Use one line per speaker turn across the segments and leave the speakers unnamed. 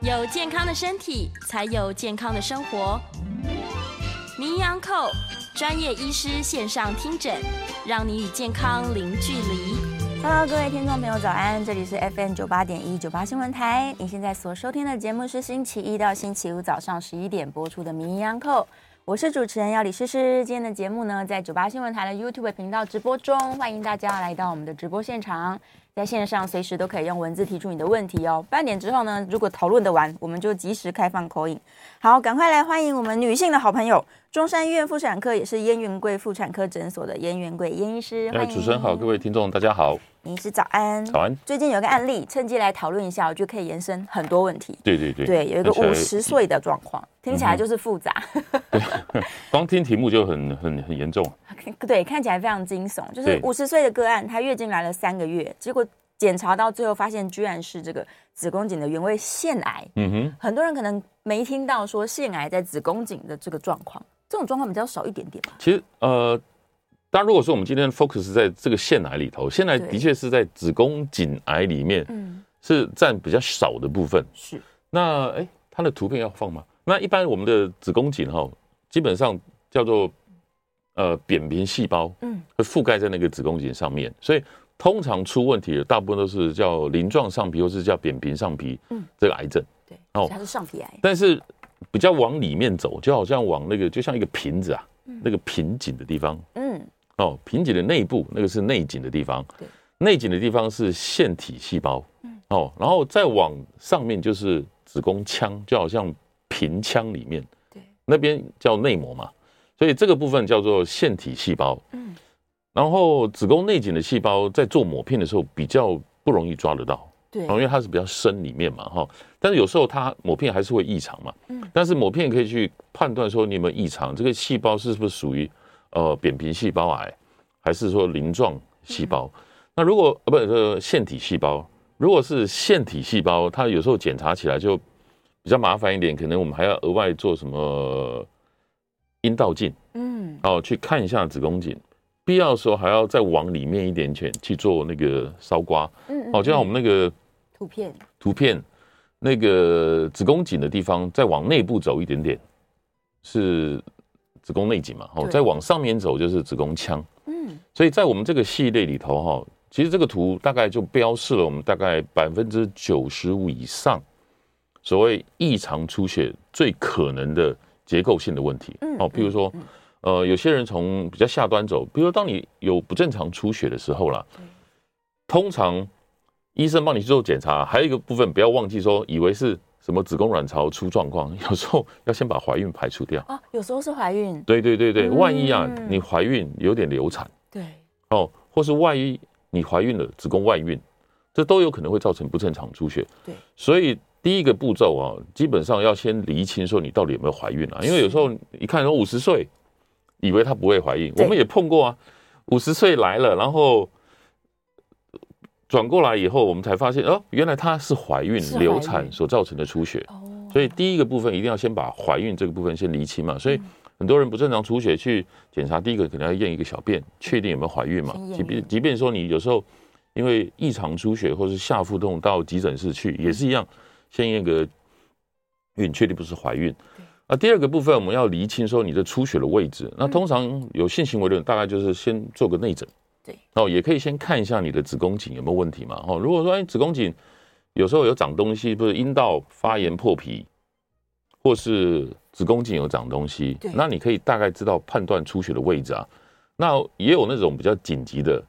有健康的身体，才有健康的生活。名医 Uncle 专业医师线上听诊，让你与健康零距离。
Hello，各位听众朋友，早安！这里是 FM 九八点一九八新闻台。你现在所收听的节目是星期一到星期五早上十一点播出的《名医央叩》，我是主持人要李诗诗。今天的节目呢，在九八新闻台的 YouTube 频道直播中，欢迎大家来到我们的直播现场，在线上随时都可以用文字提出你的问题哦。半点之后呢，如果讨论得完，我们就及时开放口音。好，赶快来欢迎我们女性的好朋友，中山医院妇产科也是燕云贵妇产科诊所的燕云贵燕医师。
哎，
欢迎
主持人好，各位听众大家好，
你是早安，
早安。
最近有个案例，趁机来讨论一下，我觉得可以延伸很多问题。
对对对，
对，有一个
而且
五十岁的状
嗯
况，听起来就是复杂，
光听题目就很很很严重，啊
对，看起来非常惊悚。就是
对
五十岁的个案，她月经来了三个月，结果检查到最后发现，居然是这个子宫颈的原位腺癌。
嗯哼，
很多人可能没听到说腺癌在子宫颈的这个状况，这种状况比较少一点点吧。
其实呃，当然如果说我们今天 focus 在这个腺癌里头，腺癌
对
的确是在子宫颈癌里面
嗯，
是占比较少的部分。
是
那哎，它的图片要放吗？那一般我们的子宫颈哈，基本上叫做呃扁平细胞，
嗯，
会覆盖在那个子宫颈上面，所以通常出问题的大部分都是叫鳞状上皮或是叫扁平上皮，
嗯，
这个癌症。
对，
哦
所以它是上皮癌。
但是比较往里面走，就好像往那个就像一个瓶子啊，那个瓶颈的地方
嗯，
哦，瓶颈的内部那个是内颈的地方
对，嗯
内颈的地方是腺体细胞，哦，然后再往上面就是子宫腔，就好像瓶腔里面
对，
那边叫内膜嘛，所以这个部分叫做腺体细胞，
嗯
然后子宫内颈的细胞在做抹片的时候比较不容易抓得到，
对
哦，因为它是比较深里面嘛，哈。但是有时候它抹片还是会异常嘛，
嗯
但是抹片可以去判断说你有没有异常，这个细胞是不是属于呃扁平细胞癌，还是说鳞状细胞？
嗯
那如果呃不呃腺体细胞，如果是腺体细胞，它有时候检查起来就比较麻烦一点，可能我们还要额外做什么阴道镜
嗯，
哦，去看一下子宫颈。必要的时候还要再往里面一点点去做那个烧刮，
嗯嗯
哦，就像我们那个
图片
图片，那个子宫颈的地方再往内部走一点点，是子宫内颈嘛？哦，
对
再往上面走就是子宫腔。
嗯
所以在我们这个系列里头哈，其实这个图大概就标示了我们大概百分之九十五以上所谓异常出血最可能的结构性的问题
嗯。
哦，譬如说，呃，有些人从比较下端走，比如说当你有不正常出血的时候啦，通常医生帮你去做检查，还有一个部分不要忘记说，以为是什么子宫卵巢出状况， 有时候要先把怀孕排除掉。
哦，有时候是怀孕，
对对对对，万一啊
嗯
你怀孕有点流产。
对，
哦，或是万一你怀孕了，子宫外孕，这都有可能会造成不正常出血。
对，
所以第一个步骤啊，基本上要先厘清说你到底有没有怀孕啊，因为有时候一看说五十岁，以为她不会怀孕，
对
我们也碰过啊，五十岁来了，然后。转过来以后，我们才发现哦，原来她是怀孕
是怀
流
孕
产所造成的出血。
哦，
所以第一个部分一定要先把怀孕这个部分先厘清嘛。所以
嗯
很多人不正常出血去检查，第一个可能要验一个小便，确定有没有怀孕嘛
先验。
即
验
便即便说你有时候因为异常出血或是下腹痛到急诊室去，也是一样，先验个孕，确定不是怀孕。啊，第二个部分我们要厘清说你的出血的位置。
嗯
那通常有性行为的人，大概就是先做个内诊，
对，
哦，也可以先看一下你的子宫颈有没有问题嘛。哦，如果说哎子宫颈有时候有长东西，不是阴道发炎破皮，或是子宫颈有长东西
对，
那你可以大概知道判断出血的位置啊。那也有那种比较紧急的，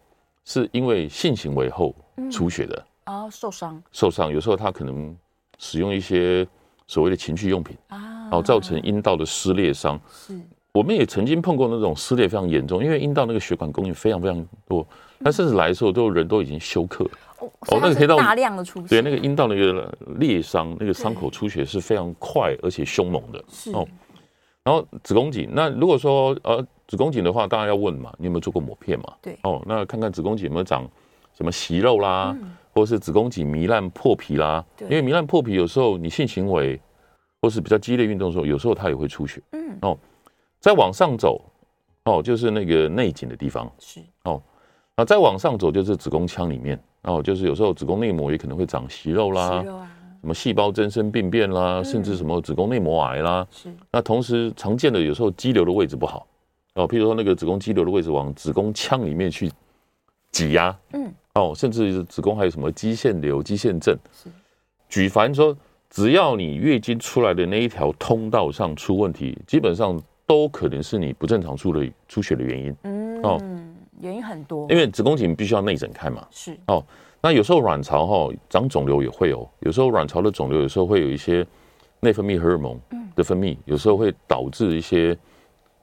是因为性行为后出血的、
哦，受伤
受伤，有时候他可能使用一些所谓的情趣用品。
啊，
然后造成阴道的撕裂伤。
是
我们也曾经碰过那种撕裂非常严重，因为阴道那个血管供应非常非常多，它甚至来的时候都人都已经休克了。
哦，所以
那
它
个可以
是
到
大量的出血，
对，那个阴道那个裂伤，那个伤口出血是非常快而且凶猛的。
是
哦然后子宫颈，那如果说呃子宫颈的话，当然要问嘛，你有没有做过抹片嘛？
对
哦，那看看子宫颈有没有长什么息肉啦，或者是子宫颈糜烂破皮啦。
嗯对
因为糜烂破皮有时候你性行为或是比较激烈运动的时候，有时候它也会出血。哦
嗯
再往上走，哦，就是那个内颈的地方。
是
啊，再往上走就是子宫腔里面，哦，就是有时候子宫内膜也可能会长息肉啦，
肌肉啊，嗯
什么细胞增生病变啦，甚至什么子宫内膜癌啦。
是
那同时常见的有时候肌瘤的位置不好哦，譬如说那个子宫肌瘤的位置往子宫腔里面去挤压，
嗯，
哦，甚至是子宫还有什么肌腺瘤、肌腺症
是。
举凡说，只要你月经出来的那一条通道上出问题，基本上都可能是你不正常出的出血的原因。
嗯，
哦
原因很多，
因为子宫颈必须要内诊看嘛。
是
那有时候卵巢哈、长肿瘤也会有，有时候卵巢的肿瘤有时候会有一些内分泌荷尔蒙的分泌，有时候会导致一些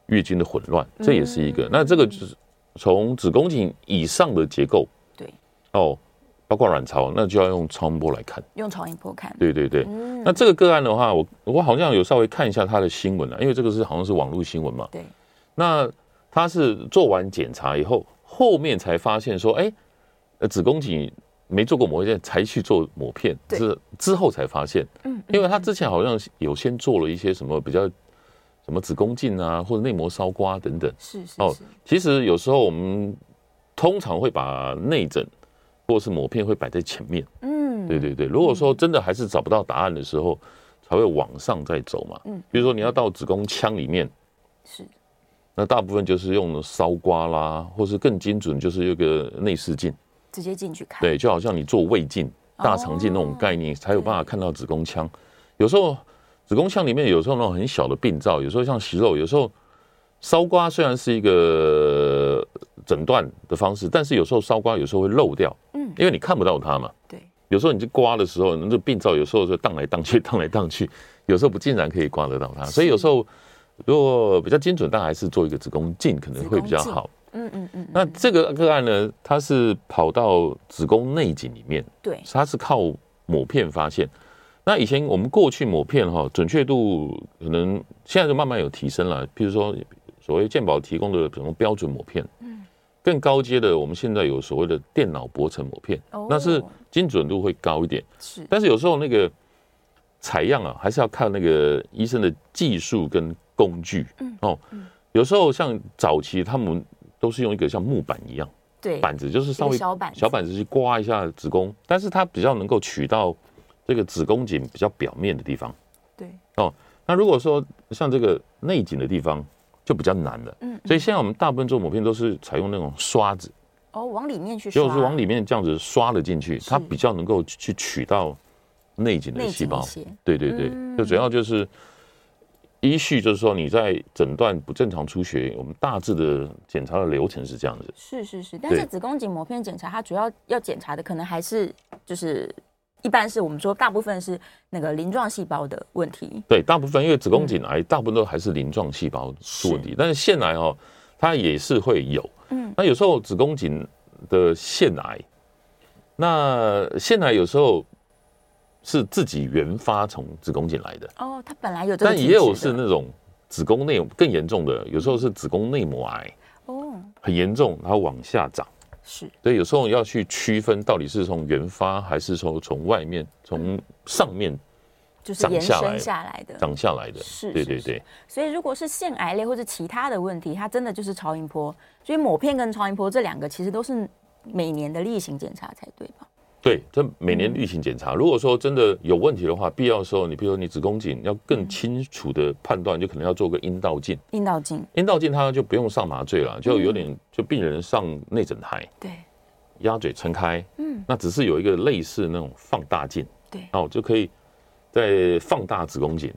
月经的混乱，这也是一个。那这个就是从子宫颈以上的结构，
对
哦，包括卵巢，那就要用超音波来看。
用超音波看，
对对对，那这个个案的话，我我好像有稍微看一下他的新闻啊，因为这个是好像是网络新闻嘛。
对，
那他是做完检查以后，后面才发现说，哎、呃，子宫颈没做过抹片，才去做抹片，
对
是之后才发现，
嗯，
因为他之前好像有先做了一些什么比较什么子宫镜啊，或者内膜烧刮等等。
是是
哦
是，
其实有时候我们通常会把内诊或是抹片会摆在前面。
嗯，
对对对，如果说真的还是找不到答案的时候，才会往上再走嘛。
嗯
嗯，比如说你要到子宫腔里面，
是
那大部分就是用烧刮啦，或是更精准就是有个内视镜，
直接进去看，
对，就好像你做胃镜、大肠镜那种概念，才有办法看到子宫腔。有时候子宫腔里面有时候那种很小的病灶，有时候像息肉，有时候烧刮虽然是一个诊断的方式，但是有时候烧刮有时候会漏掉，
嗯
嗯，因为你看不到它嘛。
对，
有时候你去刮的时候，那个病灶有时候是荡来荡去， 荡来荡去，有时候不竟然可以刮得到它，所以有时候如果比较精准，但还是做一个子宫镜可能会比较好。
嗯嗯嗯，
那这个个案呢，它是跑到子宫内颈里面，
对，
它是靠抹片发现。那以前我们过去抹片哈，准确度可能现在就慢慢有提升了，譬如说所谓健保提供的什么标准抹片，嗯，更高阶的我们现在有所谓的电脑薄层抹片
哦，
那是精准度会高一点。
是
但是有时候那个采样啊，还是要看那个医生的技术跟工具。
嗯
哦，有时候像早期他们都是用一个像木板一样
对，
板子，就是稍
一
微
个小板子
小板子去刮一下子宫，但是它比较能够取到这个子宫颈比较表面的地方。
对，
那如果说像这个内颈的地方就比较难了。
嗯，
所以现在我们大部分做抹片都是采用那种刷子，
哦，往里面去刷，
就是往里面这样子刷了进去，它比较能够去取到内颈的
内
细
紧一
胞。
些，
对对对，
嗯
就主要就是依序，就是说你在诊断不正常出血，我们大致的检查的流程是这样子。
是是是，但是
对
子宫颈膜片检查，它主要要检查的可能还是就是一般是我们说大部分是那个鳞状细胞的问题，
对，大部分因为子宫颈
嗯
癌大部分都还是鳞状细胞出问题，但是腺癌哦，它也是会有。
嗯，
那有时候子宫颈的腺癌，那腺癌有时候是自己原发从子宫颈来的，
哦，它本来有这个
但
体质
也
的，
有是那种子宫内更严重的，有时候是子宫内膜癌
哦，
很严重，它往下长。
是
所以有时候要去区分到底是从原发还是说从外面从上面
就是
长
延
下
伸
来
下来的，
长下来的。
是
对
是
对
是
对，
所以如果是腺癌类或者其他的问题，它真的就是超音波，所以抹片跟超音波这两个其实都是每年的例行检查才对吧？
对，这每
嗯
年例行检查，如果说真的有问题的话，必要的时候，你比如说你子宫颈要
嗯
更清楚的判断，就可能要做个阴道镜。
阴道镜，
阴道镜它就不用上麻醉了，就
嗯
有点就病人上内诊台，
对
鸭嘴撑开，嗯，那只是有一个类似那种放大镜，
对
哦，就可以在放大子宫颈，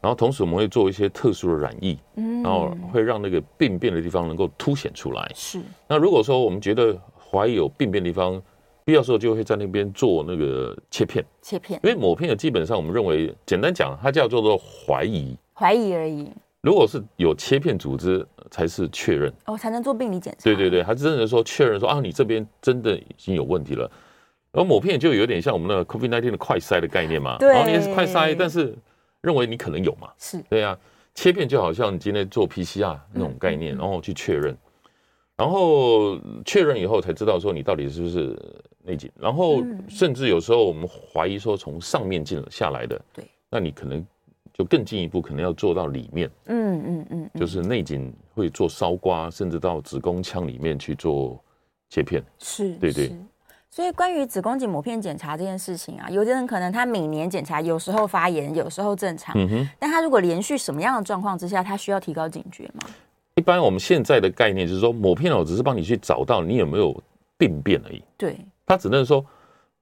然后同时我们会做一些特殊的染液，嗯，然后会让那个病变的地方能够凸显出来。
是，
那如果说我们觉得怀疑有病变的地方，必要时候就会在那边做那个切片，
切片
因为抹片的基本上我们认为，简单讲，它叫做怀疑。
怀疑而已，
如果是有切片组织才是确认，
哦，才能做病理检查，
对对对，还真的说确认说啊，你这边真的已经有问题了。然后抹片就有点像我们那个 COVID-19 的快筛的概念嘛，
对
然后你也是快筛，但是认为你可能有嘛，
是嗯
对啊，切片就好像你今天做 PCR 那种概
嗯
念，然后去确认，然后确认以后才知道说你到底是不是内景，然后
嗯
甚至有时候我们怀疑说从上面进下来的，
对，
那你可能就更进一步，可能要做到里面。
嗯嗯嗯，嗯
就是内颈会做烧刮，甚至到子宫腔里面去做切片。
是，
对对
是。所以关于子宫颈抹片检查这件事情啊，有的人可能他每年检查，有时候发炎，有时候正常，
嗯哼，
但他如果连续什么样的状况之下，他需要提高警觉吗？
一般我们现在的概念就是说，抹片哦我只是帮你去找到你有没有病变而已，
对，
它只能说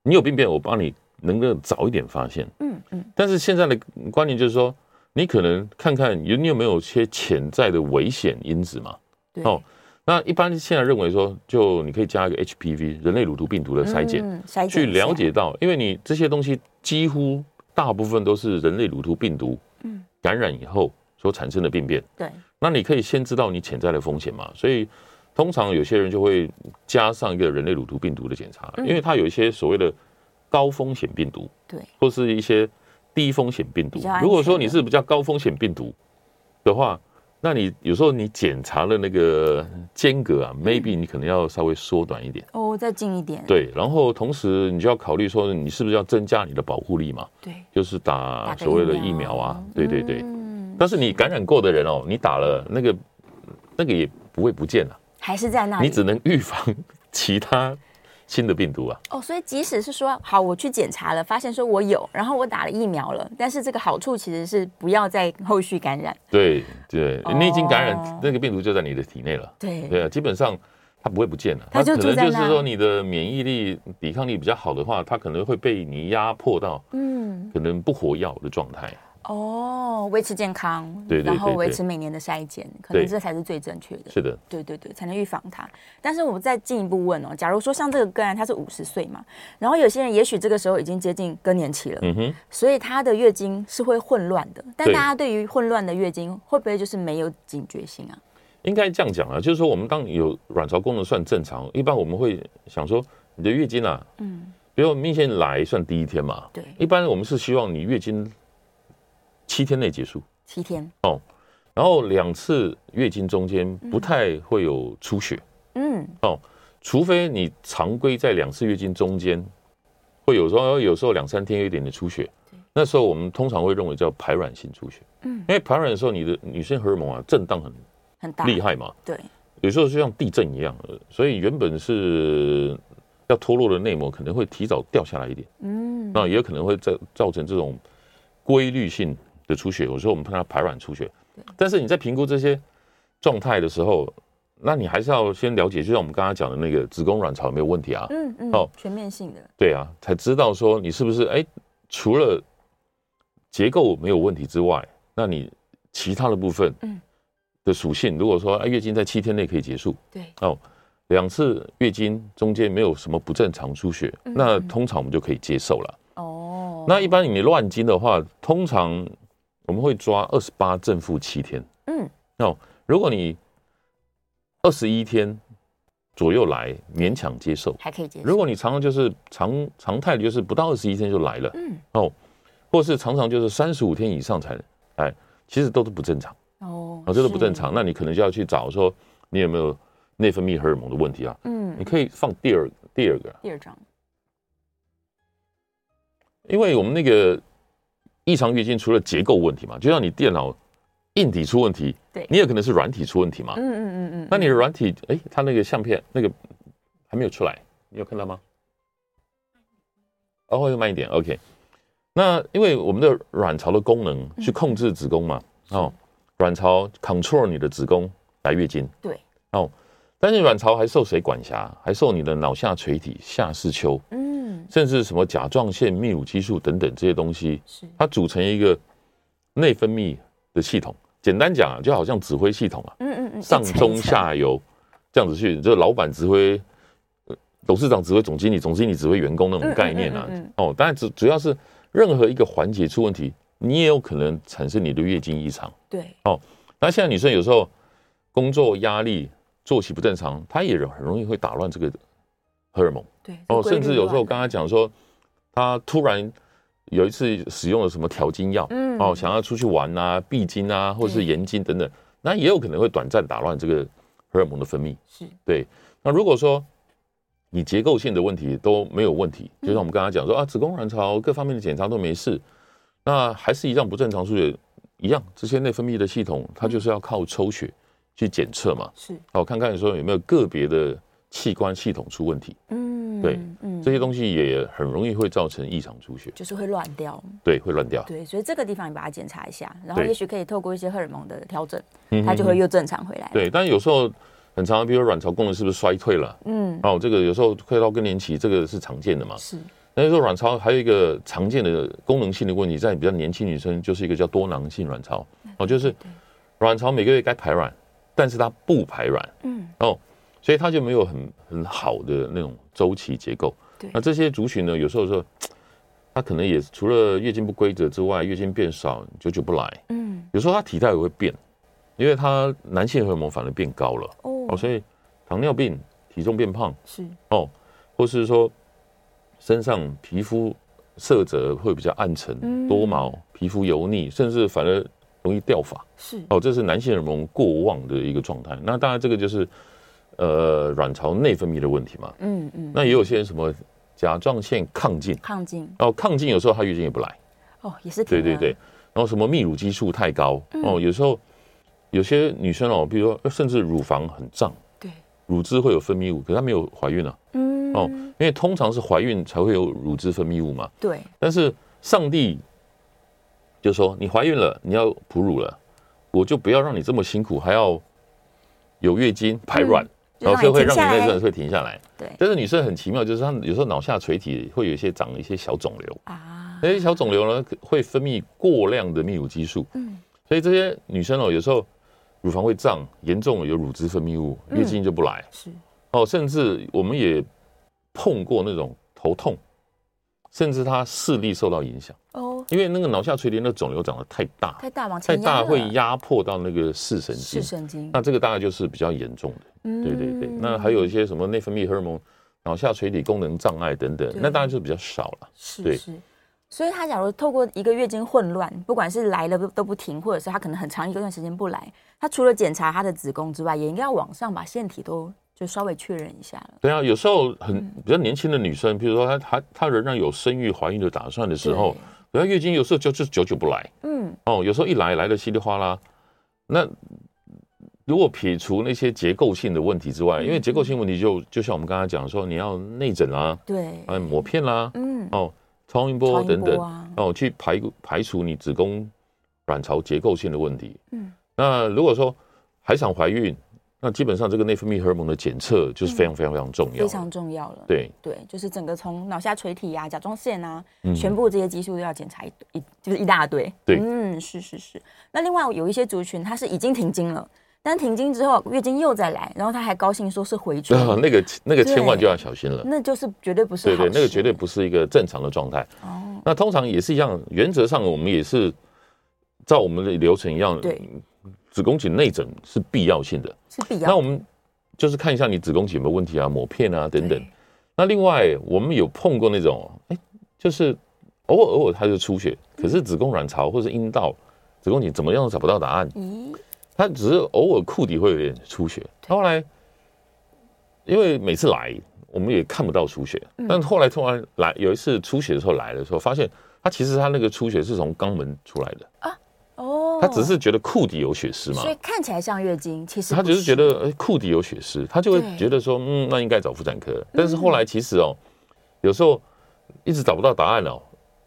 你有病变，我帮你能够早一点发现。
嗯嗯，
但是现在的观念就是说，你可能看看有你有没有一些潜在的危险因子嘛。
对，
哦，那一般现在认为说，就你可以加一个 HPV 人类乳头病毒的筛检，
嗯，筛检
去
一下
了解，到，因为你这些东西几乎大部分都是人类乳头病毒
嗯
感染以后所产生的病变。
对，
那你可以先知道你潜在的风险嘛。所以通常有些人就会加上一个人类乳头病毒的检查，
嗯
因为它有一些所谓的高风险病毒，
对，
或是一些低风险病毒
比较安全。的
如果说你是比较高风险病毒的话，那你有时候你检查的那个间隔啊，maybe
嗯
你可能要稍微缩短一点。
哦，再近一点，
对，然后同时你就要考虑说，你是不是要增加你的保护力嘛？
对，
就是
打
打
个
所谓的疫苗啊，对对对。
嗯，
但是你感染过的人哦，你打了那个那个也不会不见了、
还是在那里，
你只能预防其他新的病毒啊。
哦，所以即使是说好，我去检查了，发现说我有，然后我打了疫苗了，但是这个好处其实是不要再后续感染。
对对
哦，
你已经感染那个病毒就在你的体内了。
对
对啊，基本上它不会不见了、
它就
可能
住在
就是
那
说你的免疫力、抵抗力比较好的话，它可能会被你压迫到
嗯，
可能不活药的状态。
哦，维持健康，
对对
然后
对对
维持每年的筛检，可能
对
这才是最正确的。
是的，
对对对，才能预防它。但是我们再进一步问哦，假如说像这个个案，他是五十岁嘛，然后有些人也许这个时候已经接近更年期了，
嗯哼，
所以他的月经是会混乱的。但
对
大家对于混乱的月经会不会就是没有警觉性啊？
应该这样讲啊，就是说我们当有卵巢功能算正常，一般我们会想说你的月经啊，
嗯，
比如明显来算第一天嘛，
对，
一般我们是希望你月经七天内结束，
七天，
然后两次月经中间不太会有出血，
嗯，
除非你常规在两次月经中间会有时候有时候两三天有一点点出血，那时候我们通常会认为叫排卵性出血，
嗯
因为排卵的时候你的女性荷尔蒙啊震荡很
很大，
厉害嘛，
对。
有时候就像地震一样，呃所以原本是要脱落的内膜可能会提早掉下来一点，
嗯，
那也有可能会造造成这种规律性的出血。有时候我们碰到排卵出血，但是你在评估这些状态的时候，那你还是要先了解，就像我们刚刚讲的那个子宫卵巢有没有问题啊？
嗯嗯，
哦
全面性的，
对啊，才知道说你是不是哎、除了结构没有问题之外，那你其他的部分
嗯
的属性，如果说哎、月经在七天内可以结束。
对，
哦，两次月经中间没有什么不正常出血，
嗯
那通常我们就可以接受了。
哦，
那一，般你乱经的话，通常我们会抓二十八正负七天。
嗯，
哦，如果你二十一天左右来，勉强接受。
还可以接受，
如果你常常就是常常态的就是不到二十一天就来了，
嗯，
或是常常就是三十五天以上才来，哎其实都是不正常，
哦，
啊，这都不
是
正，常。那你可能就要去找说你有没有内分泌荷尔蒙的问题啊，你
嗯，
可以放第二第二个，
第二张，
因为我们那个异常月经除了结构问题嘛，就像你电脑硬体出问题，
对
你也可能是软体出问题嘛。
嗯嗯嗯嗯，
啊那你的软体，哎，它那个相片那个还没有出来，你有看到吗？哦，会慢一点，OK。那因为我们的卵巢的功能去控制子宫嘛，哦，卵巢 control 你的子宫来月经，
对，
哦，但是卵巢还受谁管辖？还受你的脑下垂体、下视丘，
嗯，
甚至什么甲状腺、泌乳激素等等这些东西，
是，
它组成一个内分泌的系统。简单讲啊，就好像指挥系统啊，
嗯嗯嗯，一
上
层一
中
层，
下游这样子去，这老板指挥呃董事长指挥总经理，总经理指挥员工那
嗯
种
嗯
概念啊
嗯嗯。
哦，当然主主要是任何一个环节出问题，你也有可能产生你的月经异常。
对，
那现在女生有时候工作压力、作息不正常，她也很容易会打乱这个荷尔蒙。
对，
哦，
这规律
甚至有时候
乱
跟他讲说，他突然有一次使用了什么调经药，
嗯
哦，想要出去玩啊、闭经啊，或
对
是延经等等，那也有可能会短暂打乱这个荷尔蒙的分泌。
是，
对，那如果说你结构性的问题都没有问题，就像我们
嗯
刚才讲说啊，子宫、卵巢各方面的检查都没事，那还是一样不正常数学一样，这些内分泌的系统它就是要靠抽血去检测嘛，
是，
哦，看看说有没有个别的器官系统出问题。
嗯，
对
嗯，
这些东西也很容易会造成异常出血，
就是会乱掉。
对，会乱掉。
对，所以这个地方你把它检查一下，然后
对
也许可以透过一些荷尔蒙的调整，
嗯
它就会
哼
又正常回来。
对，但有时候很常，比如说卵巢功能是不是衰退了？
嗯，
哦，这个有时候退到更年期，这个是常见的嘛。
是
那就说卵巢还有一个常见的功能性的问题，在比较年轻女生就是一个叫多囊性卵巢，
嗯
哦，就是卵巢每个月该排卵，但是它不排卵，
嗯，
哦，所以它就没有很很好的那种周期结构。
对
那这些族群呢，有时候说，嘖它可能也除了月经不规则之外，月经变少，久久不来，
嗯
有时候它体态也会变，因为它男性荷尔蒙反而变高了，哦，
哦
所以糖尿病、体重变胖。
是
哦，或是说身上皮肤色泽会比较暗沉、
嗯
多毛、皮肤油腻，甚至反而容易掉发。
是
哦，这是男性荷尔蒙过旺的一个状态。那当然，这个就是呃卵巢内分泌的问题嘛。
嗯嗯，
那也有些人什么甲状腺亢进，
抗进
哦，亢进有时候他月经也不来，
哦也是挺
对
的
对对，，然后什么泌乳激素太高，
嗯
哦，有时候有些女生哦，比如说甚至乳房很胀，
对，
乳汁会有分泌物，可是她没有怀孕啊。
嗯
哦，因为通常是怀孕才会有乳汁分泌物嘛。
对
但是上帝就说：“你怀孕了，你要哺乳了，我就不要让你这么辛苦，还要有月经排卵，
嗯就让
然后就
你
会
停
让你
下
那
来
阵会停下来。”
对
但是女生很奇妙，就是她有时候脑下垂体会有一些长一些小肿瘤，
啊，
那些小肿瘤呢会分泌过量的泌乳激素，
嗯
所以这些女生哦，有时候乳房会胀，严重了有乳汁分泌物，
嗯
月经就不来。
是
哦，甚至我们也碰过那种头痛，甚至他视力受到影响，
哦
因为那个脑下垂体那肿瘤长得太大，
太大往
太
前压
大
了
会压迫到那个视神经
视，神经，
那这个大概就是比较严重的。
嗯
对对对，那还有一些什么内分泌荷尔蒙、脑下垂体功能障碍等等
对，
那当然就比较少了。
是
对
是。所以他假如透过一个月经混乱，不管是来了都都不停，或者是他可能很长一段时间不来，他除了检查他的子宫之外，也应该要往上把腺体都就稍微确认一下了。
对啊，有时候很比较年轻的女生，比如说她她她仍然有生育怀孕的打算的时候
对，
可她月经有时候就就久久不来，
嗯，
哦，有时候一来来的稀里哗啦。那如果撇除那些结构性的问题之外，因为结构性问题就就像我们刚才讲说，你要内诊啦、
对，
啊、抹片啦、
嗯，
哦、超音
超
波
音
等等，
波啊
哦，去排排除你子宫卵巢结构性的问题。
嗯，
那如果说还想怀孕，那基本上这个内分泌荷尔蒙的检测就是非常非常非常重要
嗯非
的。
常重要了。
对，
对，就是整个从脑下垂体啊、甲状腺啊，
嗯
全部这些激素都要检查一一就是一大堆。
对
嗯，是是是。那另外有一些族群，它是已经停经了，但停经之后月经又再来，然后他还高兴说是回春，
啊那个那个千万
对
就要小心了。
那就是绝对不是
对
好
对，那个
事
绝对不是一个正常的状态。
哦，
那通常也是一样，原则上我们也是照我们的流程一样，
对，
子宫颈内诊是必要性的。
是必
那
要
我们就是看一下你子宫颈有没有问题啊，抹片啊等等
对。
那另外我们有碰过那种，哎，就是偶尔偶尔它就出血，可是子宫卵巢或是阴道、子宫颈怎么样都找不到答案，
咦，
它只是偶尔库底会有点出血。后来因为每次来我们也看不到出血，但后来突然来有一次出血的时候来的时候，发现它其实它那个出血是从肛门出来的，
哦，
它只是觉得库底有血丝嘛
所，以看起来像月经，其实
他
不
只是觉得哎裤底有血丝，他就
对嗯
会觉得说嗯，那应该找妇产科。但是后来其实哦，有时候一直找不到答案哦。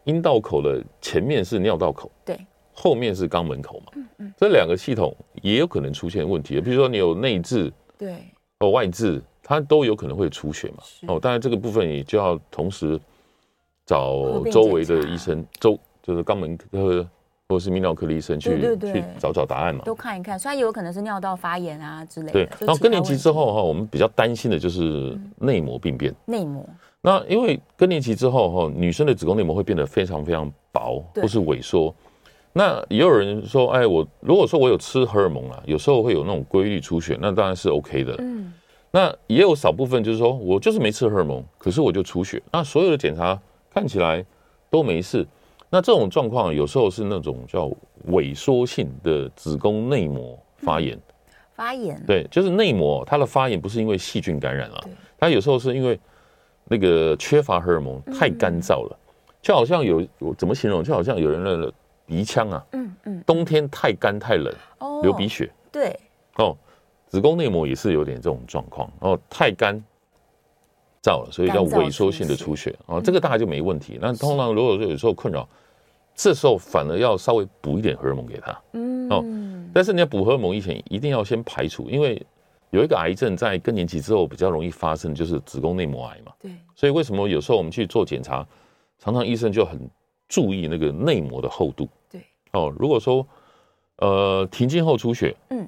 阴道口的前面是尿道口，
对，
后面是肛门口嘛，
嗯
这两个系统也有可能出现问题。比如说你有内痔
对，
哦外痔，它都有可能会出血嘛。
是
哦，当然这个部分也就要同时
合
找
并
周围的
检查
医生，周就是肛门科或是泌尿科的医生去
对对对
去找找答案嘛。
都看一看，虽然有可能是尿道发炎啊之类的，
对
就，
然后
其
更
他
年期
问
之
题嗯
后哈，我们比较担心的就是内膜病变。
内膜
那因为更年期之后哈，女生的子宫内膜会变得非常非常薄
对
或是萎缩。那也有人说，哎，我如果说我有吃荷尔蒙啊，有时候会有那种规律出血，那当然是 OK 的。
嗯，
那也有少部分就是说我就是没吃荷尔蒙，可是我就出血。那所有的检查看起来都没事。那这种状况有时候是那种叫萎缩性的子宫内膜发炎。
发炎，
对，就是内膜它的发炎不是因为细菌感染了、啊
对
它有时候是因为那个缺乏荷尔蒙
嗯
太干燥了，就好像有我怎么形容？就好像有人的鼻腔啊，
嗯嗯，
冬天太干太冷，
哦，
流鼻血
对，
哦。子宫内膜也是有点这种状况哦，太干燥了，所以叫
干燥
萎缩性的出血啊，这个大概就没问题。
嗯
那通常如果说有时候困扰，这时候反而要稍微补一点荷尔蒙给他，
嗯
哦但是你要补荷尔蒙以前一定要先排除，因为有一个癌症在更年期之后比较容易发生，就是子宫内膜癌嘛。
对，
所以为什么有时候我们去做检查，常常医生就很注意那个内膜的厚度。
对，
哦，如果说呃停经后出血，
嗯，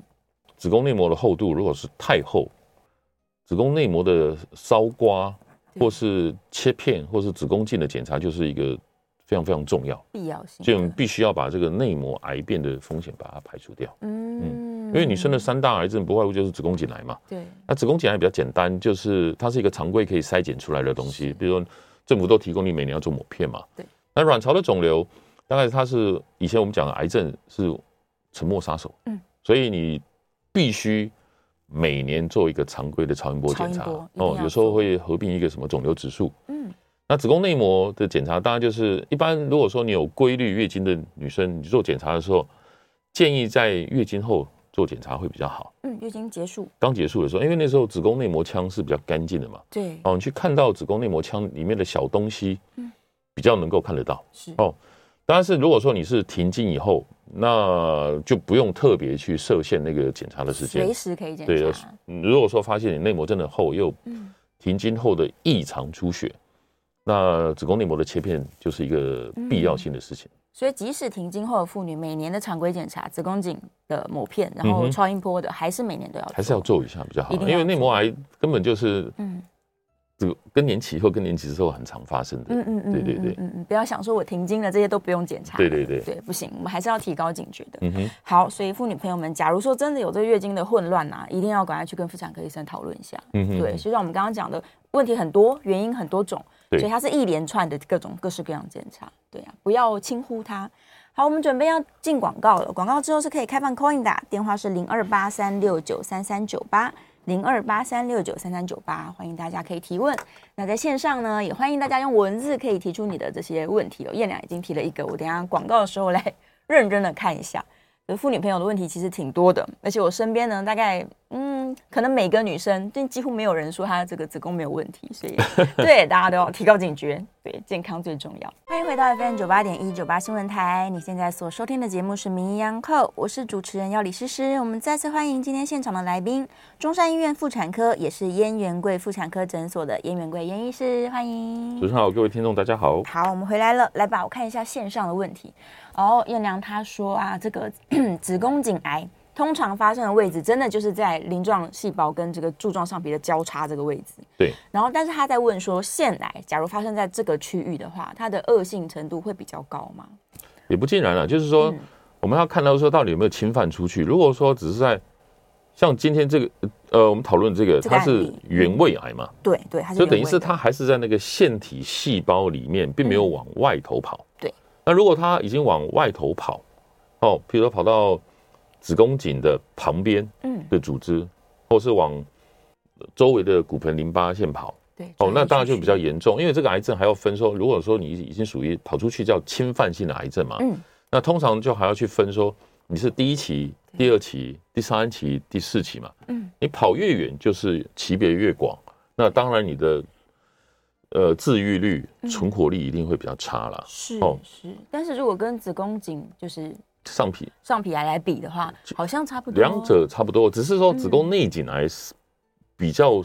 子宫内膜的厚度如果是太厚，子宫内膜的烧刮
对
或是切片或是子宫镜的检查，就是一个非常非常重要，
必要性的，
所以我们必须要把这个内膜癌变的风险把它排除掉。
嗯，
因为女生的三大癌症不外乎就是子宫颈癌嘛，
对
那子宫颈癌比较简单，就是它是一个常规可以筛检出来的东西，比如说政府都提供你每年要做抹片嘛。
对。
那卵巢的肿瘤，大概它是以前我们讲的癌症是沉默杀手，
嗯，
所以你必须每年做一个常规的超音波检查哦
超音波一定要做
有时候会合并一个什么肿瘤指数。
嗯，
那子宫内膜的检查，当然就是一般如果说你有规律月经的女生，你做检查的时候，建议在月经后做检查会比较好。
嗯，月经结束，
刚结束的时候，因为那时候子宫内膜腔是比较干净的嘛，
对，
哦，你去看到子宫内膜腔里面的小东西，
嗯
比较能够看得到。
是
哦当然是如果说你是停经以后，那就不用特别去设限那个检查的时间
随。时可以检
对的
查，，
嗯如果说发现你内膜真的厚，又
嗯
停经后的异常出血，那子宫内膜的切片就是一个
嗯
必要性的事情。
所以即使停经后的妇女，每年的常规检查子宫颈的抹片，然后
嗯哼
超音波的，还是每年都要做，
还是要做一下比较好，
一定要
因为内膜癌根本就是
嗯，
这个更年期或更年期之后很常发生的。
嗯嗯嗯，
对对对
嗯嗯嗯，不要想说我停经了，这些都不用检查，
对对对
对，不行，我们还是要提高警觉的。
嗯哼。
好，所以妇女朋友们，假如说真的有这个月经的混乱啊，一定要赶快去跟妇产科医生讨论一下。
嗯哼
对，就像我们刚刚讲的，问题很多，原因很多种，
对
所以它是一连串的各种各式各样的检查。对啊，不要轻忽它。好，我们准备要进广告了。广告之后是可以开放 coin 的啊，电话是零二八三六九三三九八零二八三六九三三九八，欢迎大家可以提问。那在线上呢，也欢迎大家用文字可以提出你的这些问题哦。燕良已经提了一个，我等一下广告的时候来认真的看一下。呃妇女朋友的问题其实挺多的，而且我身边呢，大概嗯，可能每个女生，但几乎没有人说她这个子宫没有问题，所以对大家都要提高警觉，对健康最重要。欢迎回到 FM 九八点一九八新闻台，你现在所收听的节目是《名医央叩》，我是主持人要李诗诗。我们再次欢迎今天现场的来宾，中山医院妇产科也是燕元贵妇产科诊所的燕元贵燕医师，欢迎
主。持人好，各位听众大家好。
好，我们回来了，来吧，我看一下线上的问题。哦，燕良她说啊，这个 子宫颈癌通常发生的位置，真的就是在鳞状细胞跟这个柱状上皮的交叉这个位置。
对。
然后，但是她在问说，腺癌假如发生在这个区域的话，它的恶性程度会比较高吗？
也不尽然了，就是说、
嗯
我们要看到说到底有没有侵犯出去。如果说只是在像今天这个呃，我们讨论这个，
这个
它
案例
是原位癌嘛，
对对，它是
就等于是
原位的
它还是在那个腺体细胞里面，并没有往外头跑。
嗯对，
那如果它已经往外头跑，哦，譬如说跑到子宫颈的旁边
嗯
的组织，或是往周围的骨盆淋巴腺跑，
对
哦，那当然就比较
严。
严重，因为这个癌症还要分说，如果说你已经属于跑出去叫侵犯性的癌症嘛，
嗯，
那通常就还要去分说你是第一期、第二期、第三期、第四期嘛，
嗯，
你跑越远就是级别越广，那当然你的呃治愈率、
嗯
存活率一定会比较差啦。
是
哦
是，但是如果跟子宫颈就是
上皮
上皮癌来比的话，好像差不多。
两者差不多，只是
嗯
说子宫内颈癌是比较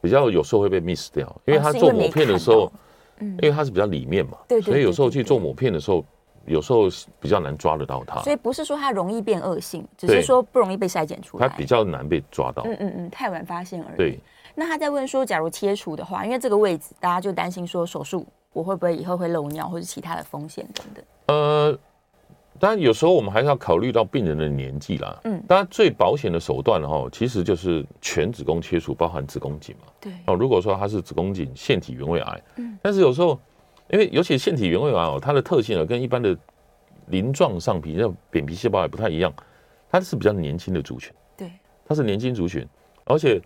比较有时候会被 miss 掉，因为
哦
它
是
做
因为没
抹片的
看
时候
到。嗯
因为它是比较里面嘛，
对对
所以有时候
对对
去做抹片的时候，有时候是比较难抓得到它
所，以不是说它容易变恶性，只
对
是说不容易被筛检出
它
来。
比较难被抓到。
嗯嗯嗯，太晚发现而已。
对，
那他在问说，假如切除的话，因为这个位置，大家就担心说手术我会不会以后会漏尿或者其他的风险等等。
呃，当然有时候我们还是要考虑到病人的年纪啦。
嗯
当然最保险的手段哦，其实就是全子宫切除，包含子宫颈嘛。
对，
哦，如果说它是子宫颈腺体原位癌，
嗯
但是有时候因为尤其腺体原位癌哦，它的特性呢跟一般的鳞状上皮那种扁平细胞癌不太一样，它是比较年轻的族群。
对，
它是年轻族群，而且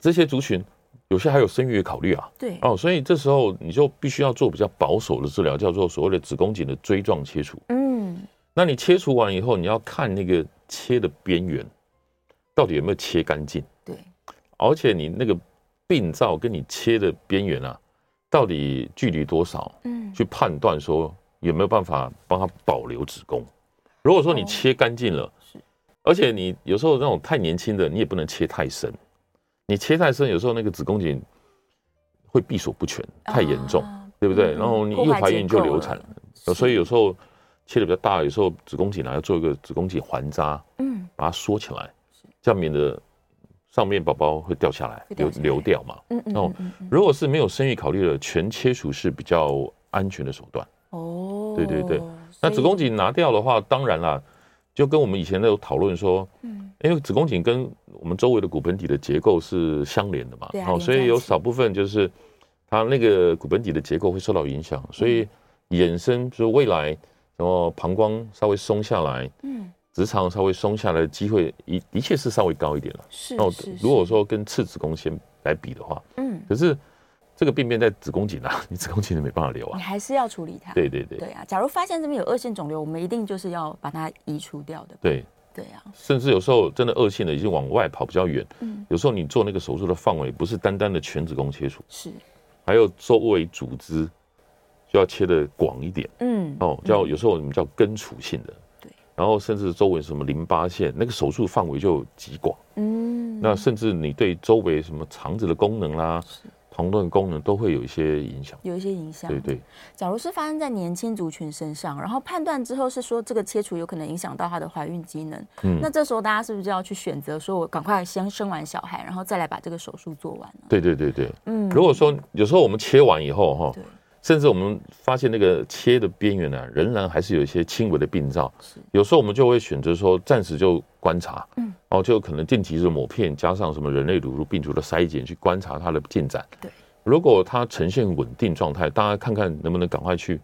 这些族群有些还有生育的考虑啊，
对，
哦，所以这时候你就必须要做比较保守的治疗，叫做所谓的子宫颈的锥状切除。
嗯，
那你切除完以后，你要看那个切的边缘到底有没有切干净，
对，
而且你那个病灶跟你切的边缘啊，到底距离多少，
嗯
去判断说有没有办法帮他保留子宫。如果说你
哦
切干净了，
是
而且你有时候那种太年轻的，你也不能切太深，你切太深，有时候那个子宫颈会闭锁不全，太严重，
啊
对不对？
嗯
然后你
破
一
坏
怀
结
孕就
构
流产
了，
了，所以有时候切的比较大，有时候子宫颈啊要做一个子宫颈环扎，
嗯，
把它缩起来，这样免得上面宝宝会掉下来，
会掉
流
下来
流掉嘛。
嗯嗯
哦
嗯嗯嗯
如果是没有生育考虑的，全切除是比较安全的手段。
哦，
对对
所
对
以，
那子宫颈拿掉的话，当然啦，就跟我们以前有讨论说，
嗯
因为子宫颈跟我们周围的骨盆底的结构是相连的嘛哦
对啊，连在
所以有
一起
少部分就是它那个骨盆底的结构会受到影响，所
嗯
以衍生就是未来，然后膀胱稍微松下来，
嗯
直肠稍微松下来的机会，一的确是稍微高一点了。
是
那我
是，
哦如果
是
说跟次子宫先来比的话，
嗯，
可是这个病变在子宫颈啊，你子宫颈没办法留啊
你。还是要处理它，
对对对
对啊，假如发现这边有恶性肿瘤，我们一定就是要把它移除掉的，
对，
对啊，
甚至有时候真的恶性的已经往外跑比较远，
嗯
有时候你做那个手术的范围不是单单的全子宫切除，
是，
还有周围组织就要切的广一点
嗯
哦，叫有时候我们叫根除性的。
对，
然后甚至周围什么淋巴腺，那个手术范围就极广。
嗯，
那甚至你对周围什么肠子的功能啦、
是
肠道的功能都会有一些影响。
有一些影响，
对对。
假如是发生在年轻族群身上，然后判断之后是说这个切除有可能影响到她的怀孕机能，
嗯
那这时候大家是不是就要去选择说，我赶快先生完小孩，然后再来把这个手术做完呢？
对对对对，
嗯，
如果说有时候我们切完以后哈
对，
甚至我们发现那个切的边缘呢，仍然还是有一些轻微的病灶
是，
有时候我们就会选择说暂时就观察，
嗯
然后就可能定期的抹片加上什么人类乳乳病毒的筛检去观察它的进展。
对，
如果它呈现稳定状态，大家看看能不能赶快去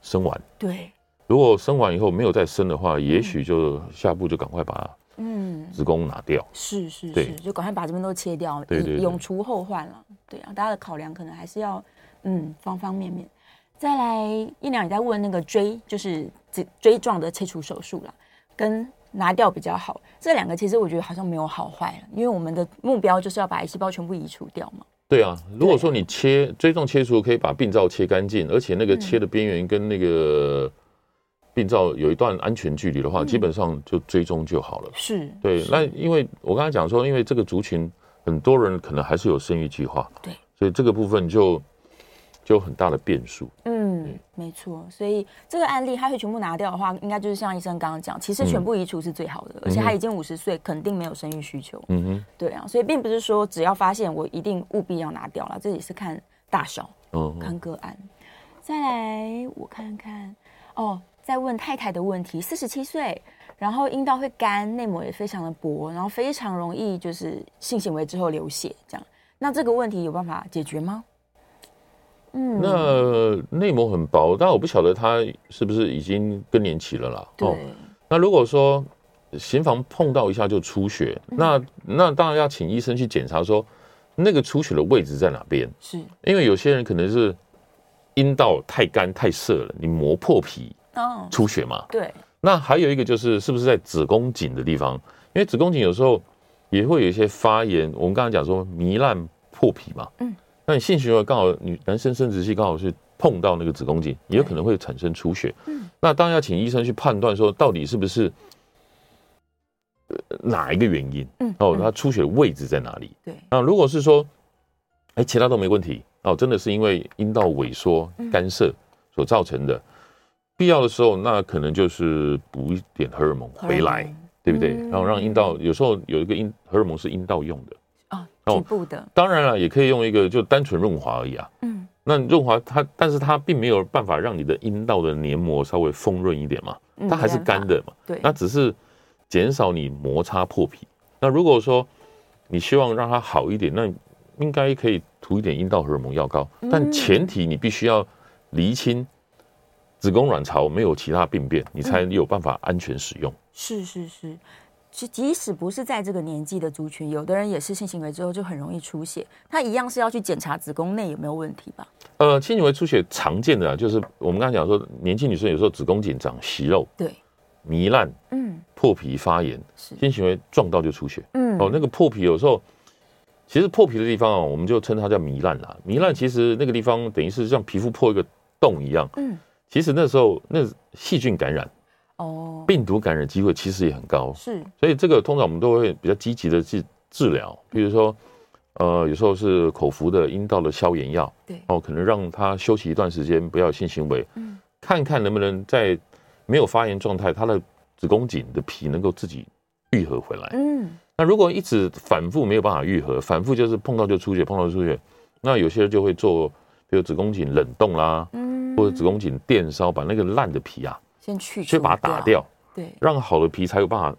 生完。
对，
如果生完以后没有再生的话，也许就下一步就赶快把
嗯，
子宫拿掉。
是是
对
是，就赶快把这边都切掉，
对对
以
对
永除后患了。对啊，大家的考量可能还是要嗯方方面面。再来，一良也在问那个锥，就是这锥状的切除手术啦，跟拿掉比较好。这两个其实我觉得好像没有好坏了，因为我们的目标就是要把癌细胞全部移除掉嘛。
对啊，如果说你切追踪切除，可以把病灶切干净，而且那个
嗯
切的边缘跟那个病灶有一段安全距离的话，基本上就追踪就好了。
是，
对，
是
那因为我刚才讲说，因为这个族群很多人可能还是有生育计划，
对，
所以这个部分就就有很大的变数。
嗯
对，
没错。所以这个案例它会全部拿掉的话，应该就是像医生刚刚讲，其实
嗯
全部移除是最好的，而且他已经五十岁，肯定没有生育需求。
嗯哼，
对啊，所以并不是说只要发现我一定务必要拿掉了，这也是看大小、
嗯哼，
看个案。再来，我看看哦，再问太太的问题，四十七岁，然后阴道会干，内膜也非常的薄，然后非常容易就是性行为之后流血这样。那这个问题有办法解决吗？嗯，
那内膜很薄，但我不晓得他是不是已经更年期了啦。
对、
哦那如果说行房碰到一下就出血，那那当然要请医生去检查说那个出血的位置在哪边，
是
因为有些人可能是阴道太干太涩了，你磨破皮
哦，
出血嘛。
对，
那还有一个就是是不是在子宫颈的地方，因为子宫颈有时候也会有一些发炎，我们刚才讲说糜烂破皮嘛，
嗯，
那你性行为刚好女男生生殖器刚好是碰到那个子宫颈，也有可能会产生出血，
嗯，
那当然要请医生去判断说到底是不是。呃哪一个原因？
嗯
哦，
嗯
它出血的位置在哪里？
对，
那如果是说，哎，其他都没问题哦，真的是因为阴道萎缩
嗯
干涉所造成的。必要的时候，那可能就是补一点荷尔蒙回来，对不对？
嗯
然后让阴道有时候有一个阴荷尔蒙是阴道用的，
啊，
哦
局部的，
当然了，也可以用一个就单纯润滑而已啊。
嗯，
那润滑它，但是它并没有办法让你的阴道的黏膜稍微丰润一点嘛，
嗯
它还是干，的
没办
嘛。
法对，
那只是减少你摩擦破皮。那如果说你希望让它好一点，那应该可以涂一点阴道荷尔蒙药膏，但前提你必须要厘清子宫卵巢没有其他病变，你才有办法安全使用。
是是是，其即使不是在这个年纪的族群，有的人也是性行为之后就很容易出血，他一样是要去检查子宫内有没有问题吧？
呃，性行为出血常见的、啊、就是我们刚才讲说，年轻女生有时候子宫颈长息肉、
对，
糜烂、
嗯，
破皮发炎，
是，
性行为撞到就出血。
嗯，
哦，那个破皮有时候其实破皮的地方啊，我们就称它叫糜烂啦。糜烂其实那个地方等于是像皮肤破一个洞一样。
嗯，
其实那时候那细菌感染、
哦，
病毒感染机会其实也很高，
是，
所以这个通常我们都会比较积极的去治疗，
嗯
比如说，呃，有时候是口服的阴道的消炎药，
对
哦，可能让他休息一段时间，不要有性行为，
嗯，
看看能不能在没有发炎状态，他的子宫颈的皮能够自己愈合回来。
嗯，
那如果一直反复没有办法愈合，反复就是碰到就出血，碰到就出血，那有些人就会做，比如子宫颈冷冻啦，
嗯，
或者子宫颈电烧，把那个烂的皮啊，
先去
去
除
把它打，掉，
对，
让好的皮才有办法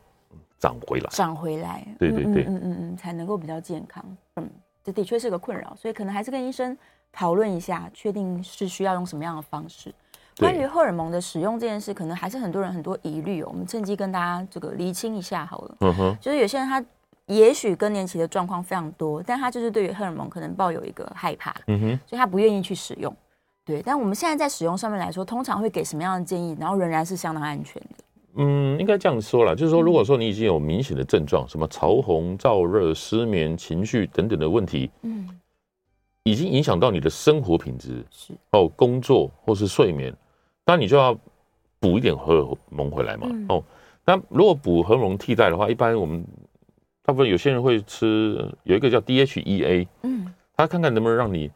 长回来。
长回来，
对对
嗯
对
嗯嗯嗯嗯，才能够比较健康，嗯，这的确是个困扰，所以可能还是跟医生讨论一下，确定是需要用什么样的方式。
对
关于荷尔蒙的使用这件事，可能还是很多人很多疑虑哦，我们趁机跟大家这个厘清一下好了。
嗯哼，
就是有些人他也许更年期的状况非常多，但他就是对于荷尔蒙可能抱有一个害怕，
嗯哼。
所以他不愿意去使用。对，但我们现在在使用上面来说，通常会给什么样的建议？然后仍然是相当安全的。
嗯，应该这样说啦，就是说，如果说你已经有明显的症状，什么潮红、燥热、失眠、情绪等等的问题，
嗯，
已经影响到你的生活品质
是，
哦，工作或是睡眠，那你就要补一点荷尔蒙回来嘛。
嗯
哦，那如果补荷尔蒙替代的话，一般我们大部分有些人会吃有一个叫 DHEA，
嗯，
它看看能不能让你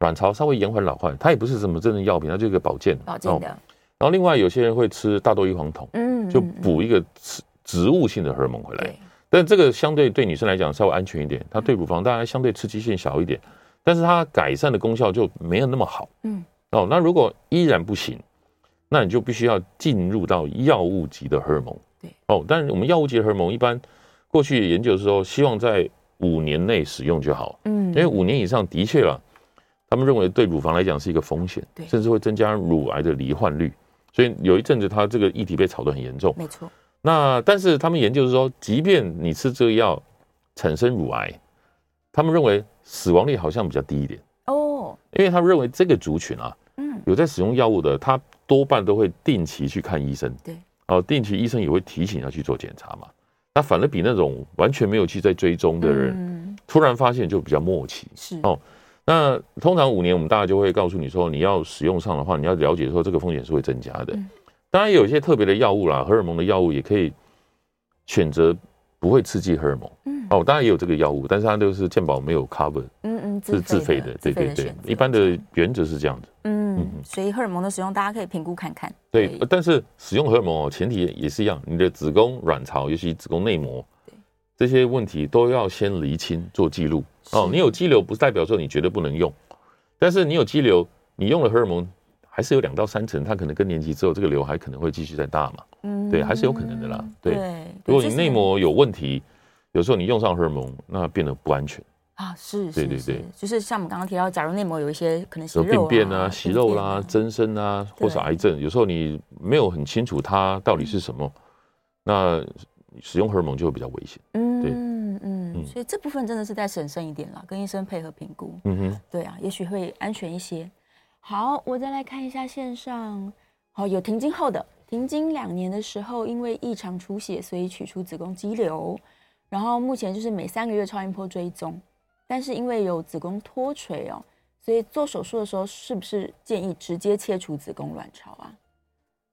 卵巢稍微延缓老化，它也不是什么真的药品，它就是一个保健。哦
保健的，
然后另外有些人会吃大豆异黄酮，
嗯，
就
嗯嗯
补一个植植物性的荷尔蒙回来。
对，
但这个相对对女生来讲稍微安全一点，它对乳房当然相对刺激性小一点，但是它改善的功效就没有那么好。
嗯，
哦，那如果依然不行，那你就必须要进入到药物级的荷尔蒙。
对，
哦，但是我们药物级的荷尔蒙一般过去研究的时候，希望在五年内使用就好，
嗯，
因为五年以上的确啊，他们认为对乳房来讲是一个风险
对，
甚至会增加乳癌的罹患率。所以有一阵子，它这个议题被炒得很严重。
没错，
那但是他们研究是说，即便你吃这个药产生乳癌，他们认为死亡率好像比较低一点，
哦，
因为他们认为这个族群啊，
嗯，
有在使用药物的，他多半都会定期去看医生，
对，
哦、定期医生也会提醒他去做检查嘛。那反而比那种完全没有去在追踪的人，
嗯，
突然发现就比较默契。
是，
哦那通常五年，我们大家就会告诉你说，你要使用上的话，你要了解说这个风险是会增加的
嗯。
当然，有一些特别的药物啦，荷尔蒙的药物也可以选择不会刺激荷尔蒙。
嗯
哦，当然也有这个药物，但是它都是健保没有 cover，
嗯嗯，
是自费的。对对对，一般的，原则是这样子。
嗯
嗯，嗯
所以荷尔蒙的使用，大家可以评估看看。
对，呃但是使用荷尔蒙哦，前提也是一样，你的子宫、卵巢，尤其子宫内膜
对，
这些问题都要先厘清做记录。
是
哦，你有肌瘤不代表说你绝对不能用，但是你有肌瘤，你用了荷尔蒙还是有两到三成，它可能更年期之后这个瘤还可能会继续再大嘛。
嗯
对还是有可能的啦对
对，
如果
这
你
是
内膜有问题，有时候你用上荷尔蒙，那变得不安全，
啊，是，
对
是
对对
是就是像我们刚刚提到，假如内膜有一些可能息
有病
肉
变啊、息肉啦、
病变
增生啊，或是
对
癌症，有时候你没有很清楚它到底是什么，那使用荷尔蒙就会比较危险。对
嗯嗯，
嗯
所以这部分真的是再审慎一点啦，跟医生配合评估。
嗯哼，
对啊，也许会安全一些。好，我再来看一下线上，好有停经后的，停经两年的时候，因为异常出血，所以取出子宫肌瘤，然后目前就是每三个月超音波追踪，但是因为有子宫脱垂哦，所以做手术的时候是不是建议直接切除子宫卵巢啊？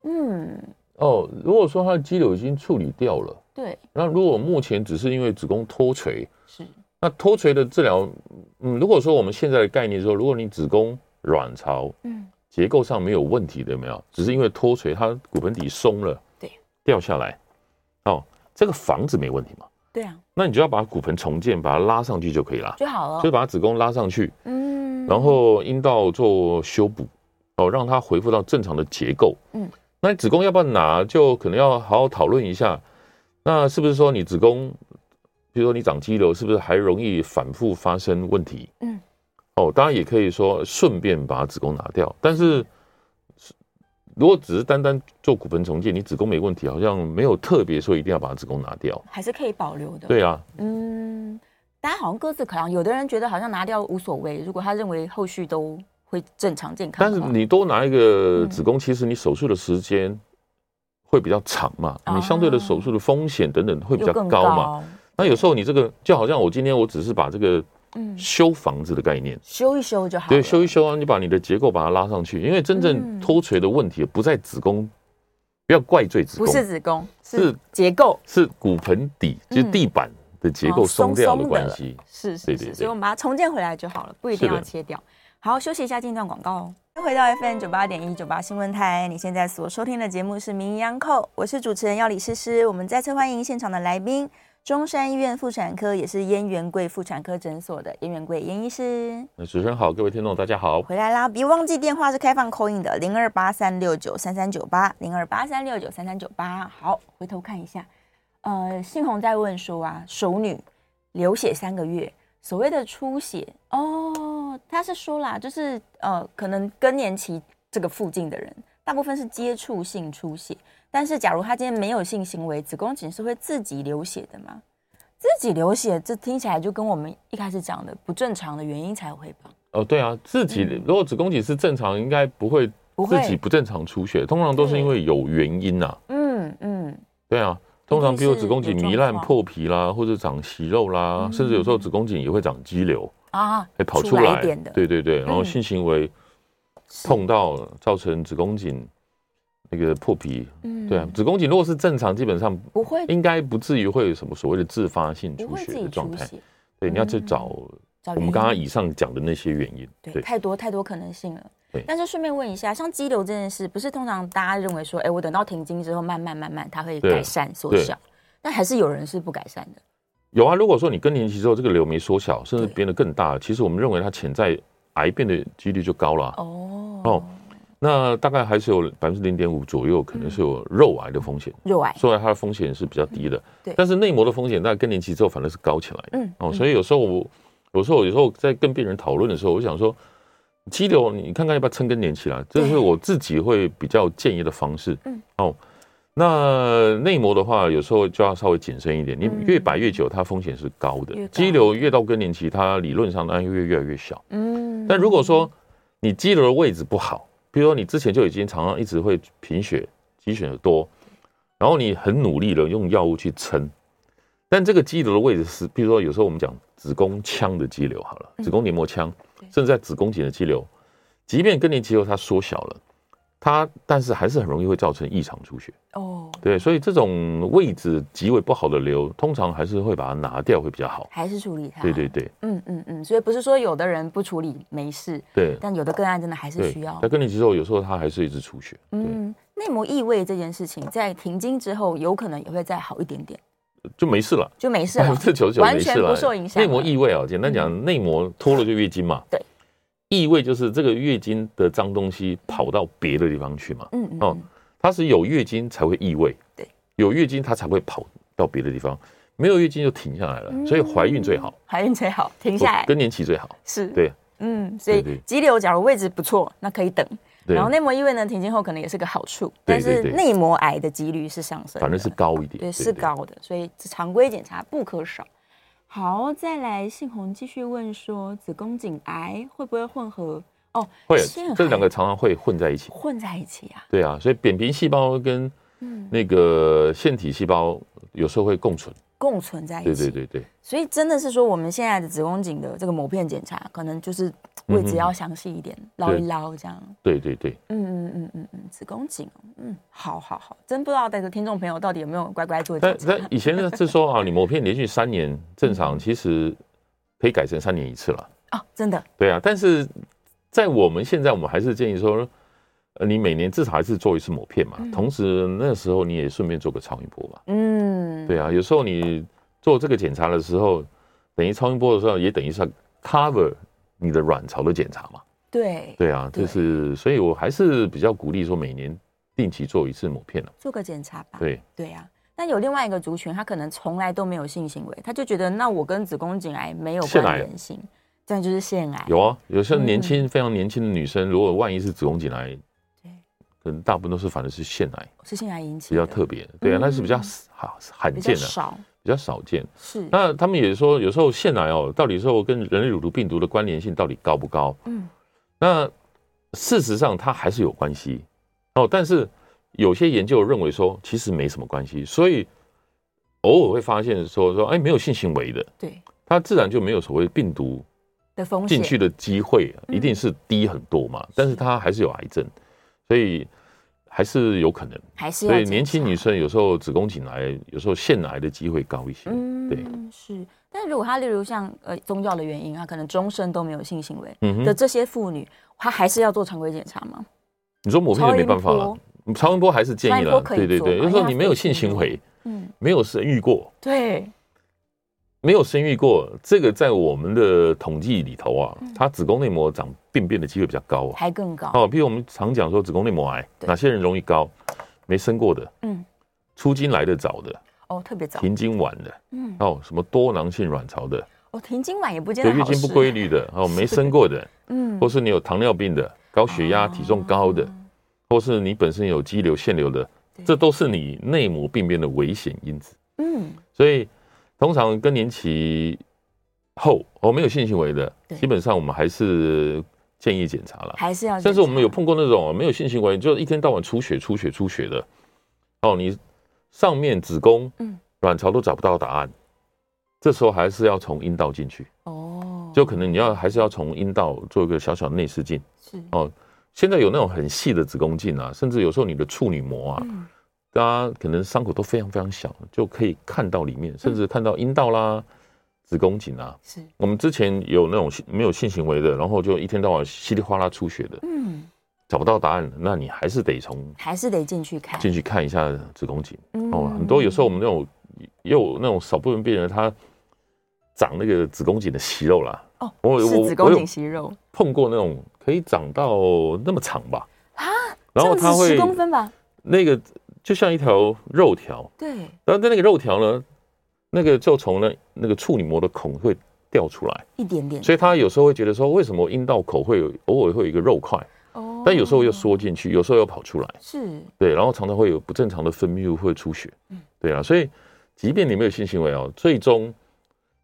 嗯，
哦，如果说它的肌瘤已经处理掉了，
对，
那如果目前只是因为子宫脱垂，
是，
那脱垂的治疗，嗯，如果说我们现在的概念说，如果你子宫、卵巢
嗯，
结构上没有问题的，有没有，只是因为脱垂，它骨盆底松了，
对，
掉下来，哦，这个房子没问题嘛？
对啊，
那你就要把骨盆重建，把它拉上去就可以啦，
就好了，
就是把子宫拉上去，
嗯，
然后阴道做修补，哦，让它恢复到正常的结构。
嗯，
那你子宫要不要拿，就可能要好好讨论一下。那是不是说你子宫，比如说你长肌瘤，是不是还容易反复发生问题？
嗯，
哦，当然也可以说顺便把子宫拿掉，但是如果只是单单做骨盆重建，你子宫没问题，好像没有特别说一定要把子宫拿掉。
还是可以保留的，
对啊，
嗯，大家好像各自考量，有的人觉得好像拿掉无所谓，如果他认为后续都会正常健康
但
的
是
话，
你多拿一个
嗯
子宫，其实你手术的时间会比较长嘛，
啊
你相对的手术的风险等等会比
又
较
更
高嘛。，那有时候你这个就好像我今天我只是把这个
嗯，
修房子的概念。
修一修就好了。
对，修一修啊，你把你的结构把它拉上去，因为真正
嗯
脱垂的问题不在子宫，不要怪罪子
不
宫，
是子宫，是
是
结构。
是骨盆底，就是地板的结
哦
构
松
松掉
松
的
的
关系。
是是是，
对对对
所以我们把它重建回来就好了，不一定
是的
要切掉。好，休息一下，进一段广告哦。回到 FM 九八点一九八新闻台，你现在所收听的节目是《名医央叩》，我是主持人要李诗诗。我们再次欢迎现场的来宾，中山医院妇产科也是燕元贵妇产科诊所的燕元贵燕医师
那主持人好，各位听众大家好。
回来啦！别忘记电话是开放扣印的零二八三六九三三九八零二八三六九三三九八。好，回头看一下，呃，信宏在问说啊，熟女流血三个月，所谓的出血哦，他是说啦，就是呃，可能更年期这个附近的人，大部分是接触性出血，但是假如他今天没有性行为，子宫颈是会自己流血的吗？自己流血，这听起来就跟我们一开始讲的不正常的原因才会吧？
哦，对啊，自己如果子宫颈是正常，应该不会
嗯不会
自己不正常出血，通常都是因为有原因呐、啊。
嗯嗯，
对啊，通常比如子宫颈糜烂
有状况
破皮啦，或者长息肉啦，甚至有时候子宫颈也会长肌瘤，
啊，
会跑出
来
来。
一点的，
对对对，然后
嗯
性行为碰到造成子宫颈那个破皮，
嗯
对啊，子宫颈如果是正常，基本上
不会
应该不至于会有什么所谓的自发性
不
出
会
血
自
的
己
状
出
态。
血，
对，你要去
嗯
找
找
我
原
们刚刚
因
以上讲的那些原因。
对太多太多可能性了
对。
但是顺便问一下，像肌瘤这件事，不是通常大家认为说，哎，我等到停经之后，慢慢慢慢它会
对
改善缩
对
小，但还是有人是不改善的。
有啊，如果说你更年期之后这个瘤没缩小，甚至
对
变得更大，其实我们认为它潜在癌变的几率就高了啊、
哦
哦那大概还是有百分之零点五左右，可能是
嗯
有肉癌的风险，
肉癌，
虽然它的风险是比较低的，
对
但是内膜的风险在更年期之后反而是高起来的。
嗯，
哦，所以有时候我有时候有时候在跟病人讨论的时候，我想说，肌瘤你看看要不要撑更年期啦，这
对
是我自己会比较建议的方式。
嗯，
哦，那内膜的话，有时候就要稍微谨慎一点，你
嗯
越摆越久，它风险是高的
越。高
肌瘤越到更年期，它理论上它越越来越小。
嗯
但如果说你肌瘤的位置不好，比如说你之前就已经常常一直会贫血、积血的多，然后你很努力的用药物去撑，但这个肌瘤的位置是，比如说有时候我们讲子宫腔的肌瘤好了，子宫黏膜腔，
嗯对
甚至在子宫颈的肌瘤，即便更年期后它缩小了，它但是还是很容易会造成异常出血。
哦，
对，所以这种位置极为不好的瘤，通常还是会把它拿掉会比较好。
还是处理它。
对对，对
嗯嗯嗯，所以不是说有的人不处理没事，
对
但有的个案真的还是
对
需要，
在更年期之后，有时候它还是一直出血。对。
嗯，内膜异位这件事情，在停经之后，有可能也会再好一点点，
就没事了，
就没事
百 分
了。
之九十九
啊完
没事
全
了，
不受影响
内膜异位啊，简单
嗯
讲，内膜脱落就月经嘛。
对，
异位就是这个月经的脏东西跑到别的地方去嘛。
嗯嗯
哦
嗯，
它是有月经才会异位，
对，
有月经它才会跑到别的地方，没有月经就停下来了。
嗯
所以怀孕最好，
怀孕最好，停下来
更年期最好。
是，
对，
嗯，所以
对对
肌瘤假如位置不错，那可以等。
对
然，后内膜异位呢，停经后可能也是个好处，
对
但
对
是
对
内膜癌的几率是上升的，
反正是高一点，
对是。高的，所以常规检查不可少。好，再来，信宏继续问说，子宫颈癌会不会混合？哦，
会
腺癌，
这两个常常会混在一起。
混在一起啊？
对啊，所以扁平细胞跟
嗯，
那个腺体细胞有时候会共存。
共存在一
对
起。
对对对。
所以真的是说，我们现在的子宫颈的这个膜片检查，可能就是位
嗯
置要详细一点，捞一捞这样。
对对对，
嗯嗯嗯嗯嗯，子宫颈哦，嗯，好好好，真不知道这个听众朋友到底有没有乖乖做
但
检查
但。以前呢是说啊，你膜片连续三年正
嗯
常，其实可以改成三年一次了。
哦，真的，
对啊，但是在我们现在，我们还是建议说，呃，你每年至少还是做一次膜片嘛，同时那时候你也顺便做个超音波嘛。
嗯，
对啊，有时候你做这个检查的时候，等于超音波的时候，也等于是 cover 你的卵巢的检查嘛。
对，
对啊，
对
就是，所以我还是比较鼓励说每年定期做一次膜片了。
做个检查吧。
对，
对啊，但有另外一个族群，他可能从来都没有性行为，他就觉得那我跟子宫颈癌没有
腺
关
癌
联性，这样就是腺癌。
有啊，有些
嗯
年轻、非常年轻的女生，如果万一是子宫颈癌，
对
可能大部分都是反而是腺癌，
是腺癌引起
比
的，
较特别，对啊，那是比较
嗯
罕罕
比较
见的，
少，
比较少见。
是，
那他们也说，有时候腺癌哦，到底说跟人类乳头病毒的关联性到底高不高？
嗯，
那事实上它还是有关系哦，但是有些研究认为说其实没什么关系，所以偶尔会发现说说哎没有性行为的，
对，
它自然就没有所谓病毒
的风险
进去的机会啊
嗯
一定是低很多嘛，但是它还是有癌症，所以还是有可能。
还是要
所以
检
年轻
查
女生有时候子宫颈癌，有时候腺癌的机会高一些。
嗯，
对，
是。但如果她例如像呃宗教的原因，她可能终身都没有性行为
嗯
的
哼，
这些妇女，她还是要做常规检查吗？
你说抹片也没办法
超
了
音，
超音波还是建议
超音波
了。
可以
对对
做嘛
对，有时
因为
候
它
你没有
可以
性行
做
为，
嗯，
没有生育过，
对，
没有生育过，这个在我们的统计里头啊，
嗯
它子宫内膜长病变的机会比较高啊。
还更高。
哦，譬如我们常讲说子宫内膜癌，
对
哪些人容易高？没生过的，
嗯，
出经来的早的，
哦，特别早。
停经晚的，
嗯，
哦，什么多囊性卵巢的，
哦，停经晚也不见
有
得
月
好
经
事。啊
不规律的， 哦，没生过的，
嗯，
或是你有糖尿病的、高血压、
哦
体重高的，或是你本身有肌瘤、腺瘤的，这都是你内膜病变的危险因子。
嗯，
所以通常更年期后哦没有性行为的
对，
基本上我们还是建议检查了。
还是要检查。
但是我们有碰过那种没有性行为，就一天到晚出血、出血、出血的，哦，你上面子宫
嗯、
卵巢都找不到答案，这时候还是要从阴道进去，
哦，
就可能你要还是要从阴道做一个小小内视镜。
是
哦现在有那种很细的子宫镜啊，甚至有时候你的处女膜啊，
嗯
大家可能伤口都非常非常小，就可以看到里面，甚至看到阴道啦、子宫颈啊。
嗯是
我们之前有那种性没有性行为的，然后就一天到晚稀里哗啦出血的，
嗯，
找不到答案，那你还是得从
还是得进去看。
进去看一下子宫颈哦。
嗯
很多有时候我们那种也有那种少部分病人他长那个子宫颈的息肉啦，
哦，
我
是
我
子宫
我
颈
有
息肉，
碰过那种可以长到那么长吧
啊，
然后
这
它
样子
会
十公分吧？
那个就像一条肉条，
对，
然后在那个肉条呢，那个就从那那个处女膜的孔会掉出来，
一点点。
所以他有时候会觉得说，为什么阴道口会有偶尔会有一个肉块，
哦
但有时候又缩进去，有时候又跑出来，
是
对，然后常常会有不正常的分泌物会出血，对啊，所以即便你没有性行为哦，最终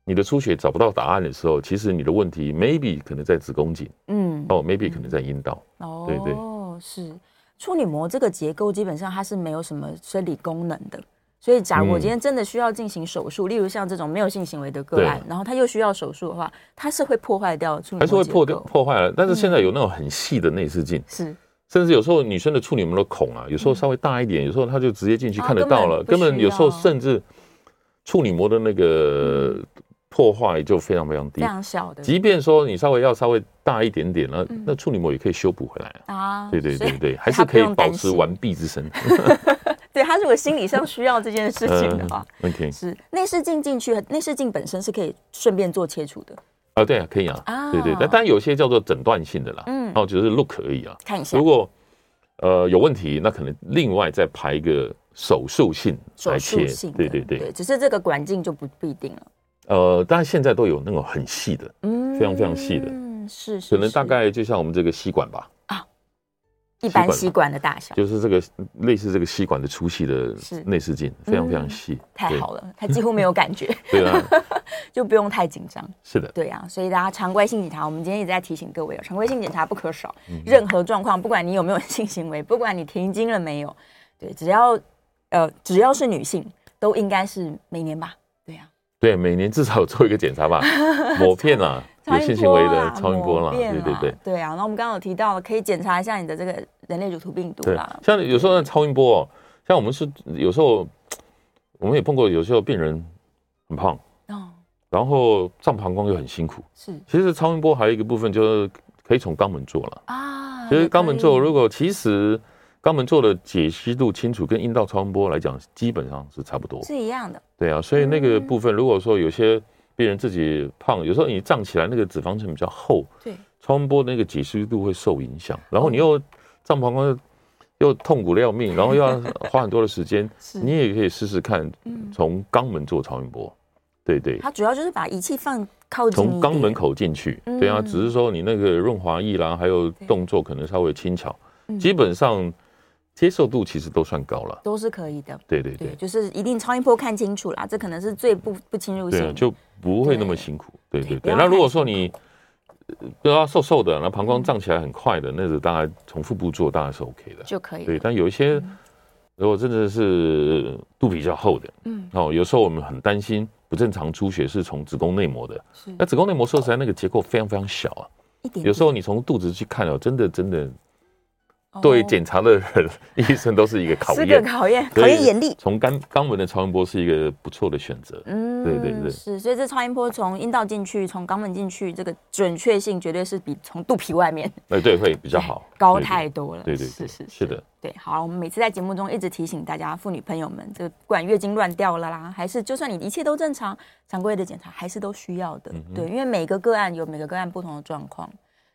你的出血找不到答案的时候，其实你的问题 maybe 可能在子宫颈
嗯
哦，maybe 可能在阴道，
哦，
对对
是处女膜这个结构基本上它是没有什么生理功能的，所以假如我
嗯
今天真的需要进行手术，例如像这种没有性行为的个案，
对
然后它又需要手术的话，它是会破坏掉处女膜
还是会破
结
掉
构
破坏了，但是现在有那种很细的内视镜。
是
甚至有时候女生的处女膜的孔啊，有时候稍微大一点，有时候她就直接进去
啊
看得到了，
嗯根本不需要
根本有时候甚至处女膜的那个
嗯
破坏就非常非常
非
低。
常小的
即便说你稍微要稍微大一点点了，
嗯
那处女膜也可以修补回来啊。
啊，
对对
所以
对对，
所
还
以
是
他
可
不
以
用
保
担
持
心
完璧之身。
对他如果心理上需要这件事情
嗯
的话，啊
OK
是内视镜进去，内视镜本身是可以顺便做切除的，
啊，对啊，可以啊
啊，
对对。但当然有些叫做诊断性的啦，
嗯
哦，就是 look 而已啊。
看一下
如果呃有问题，那可能另外再排一个手术性
手
来
术
切
性。的
对对对。
只是这个管径就不必定了，
呃，当然现在都有那种很细的，
嗯
非常非常细的
嗯是是，
可能
是
大概就像我们这个吸管吧，
一般吸
吸
管的大小，
就是这个类似这个吸管的粗细的
是嗯
内视镜，非常非常细。
太
对
好了，它几乎没有感觉，
对啊，
就不用太紧张。
是的，
对啊，所以大家常规性检查，我们今天一直在提醒各位哦，常规性检查不可少。
嗯
任何状况，不管你有没有 性行为，不管你停经了没有，对，只要呃只要是女性，都应该是每年吧。对啊，
对，每年至少做一个检 查吧，抹片啦，有性行为的
超啊
超
音
音
波啦
波啦，
抹
对
便
对对
对啊。那我们刚刚有提到了，可以检查一下你的这个人类乳头病毒
对
啦。。
像有时候那超音波，哦，像我们是有时候我们也碰过，有时候病人很胖，
哦，
然后上膀胱又很辛苦。
是
其实超音波还有一个部分就是可以从肛门做了。
啊，
其实肛门做，
也可以
如果其实肛门做的解析度清楚，跟阴道超音波来讲，基本上是差不多。
是嗯一样的，
对啊，所以那个部分，如果说有些病人自己胖，有时候你胀起来，那个脂肪层比较厚，
对，
超音波那个解析度会受影响，
嗯
然后你又胀膀胱又又痛苦的要命，然后又要花很多的 时间，
是
你也可以试试看
嗯，
从肛门做超音波。对对，
它主要就是把仪器放靠近
从
一
肛门
点
口进去，
嗯
对啊，只是说你那个润滑液啦，还有动作可能稍微轻巧
嗯，
基本上接受度其实都算高了。
都是可以的。
对对
对，
对，
就是一定超音波看清楚啦，这可能是最不不侵入性
对啊，
的。
就不会那
对
么辛苦。对
对
对
不
对。
要
那如果
太嗯
说你呃不要瘦瘦的，那膀胱胀起来很快的，那个大概重复步骤当然是 OK 的。
就可以
对，
了。
但有一些如果真的是肚皮比较厚的，
嗯
嗯，哦，有时候我们很担心不正常出血是从子宫内膜的。
是
那子宫内膜说实在，那个结构非常非常小啊，
一点点，
有时候你从肚子去看哦，真的真的
嗯哦
对检查的人、 医生都是一个考
是个
验。
哦考验，
所以
考验眼力。
从肛肛门的超音波是一个不错的选择。
嗯
对对对
是，所以这超音波从阴道进去，从肛门进去，这个准确性绝对是比从肚皮外面
哎，对，会比较好，
高
对对
太多了。
对对
是
对
是
是的。
对，好，我们每次在节目中一直提醒大家，妇女朋友们，这个不管月经乱掉了啦，还是就算你一切都正常，常规的检查还是都需要
嗯
的。对，因为每个个案有每个个案不同的状况，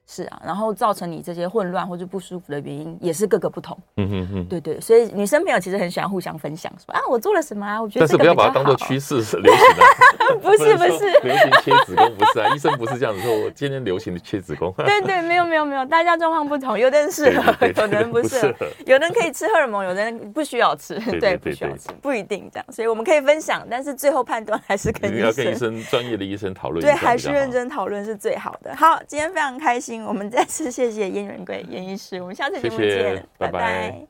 是啊，然后造成你这些混乱或者不舒服的原因也是各个不同。
嗯哼哼。
对对，所以女生朋友其实很喜欢互相分享，说啊，我做了什么啊，我觉得
但
这
是
个
不要
比较
把它当做
好
趋势是流行的，
不是不
能说
是，
流行切子宫不是啊，医生不是这样子说，我今天流行的切子 宫，
对对，没有没有没有，大家状况不同，有的人适合，
对对对
有的人不
不
适合
适合，
有的人可以吃荷尔蒙，有的人不需要吃，
对
对，
对
不需要
对
吃，不一定这样，所以我们可以分享，但是最后判断还是跟
你哦
医
要跟医
生。
生专业的医生讨论一
对，
下，
还是认。真讨论是最好的。好，今天非常开心，我们再次谢谢燕仁贵燕医师，我们下次节目
谢谢
见，
拜拜
拜拜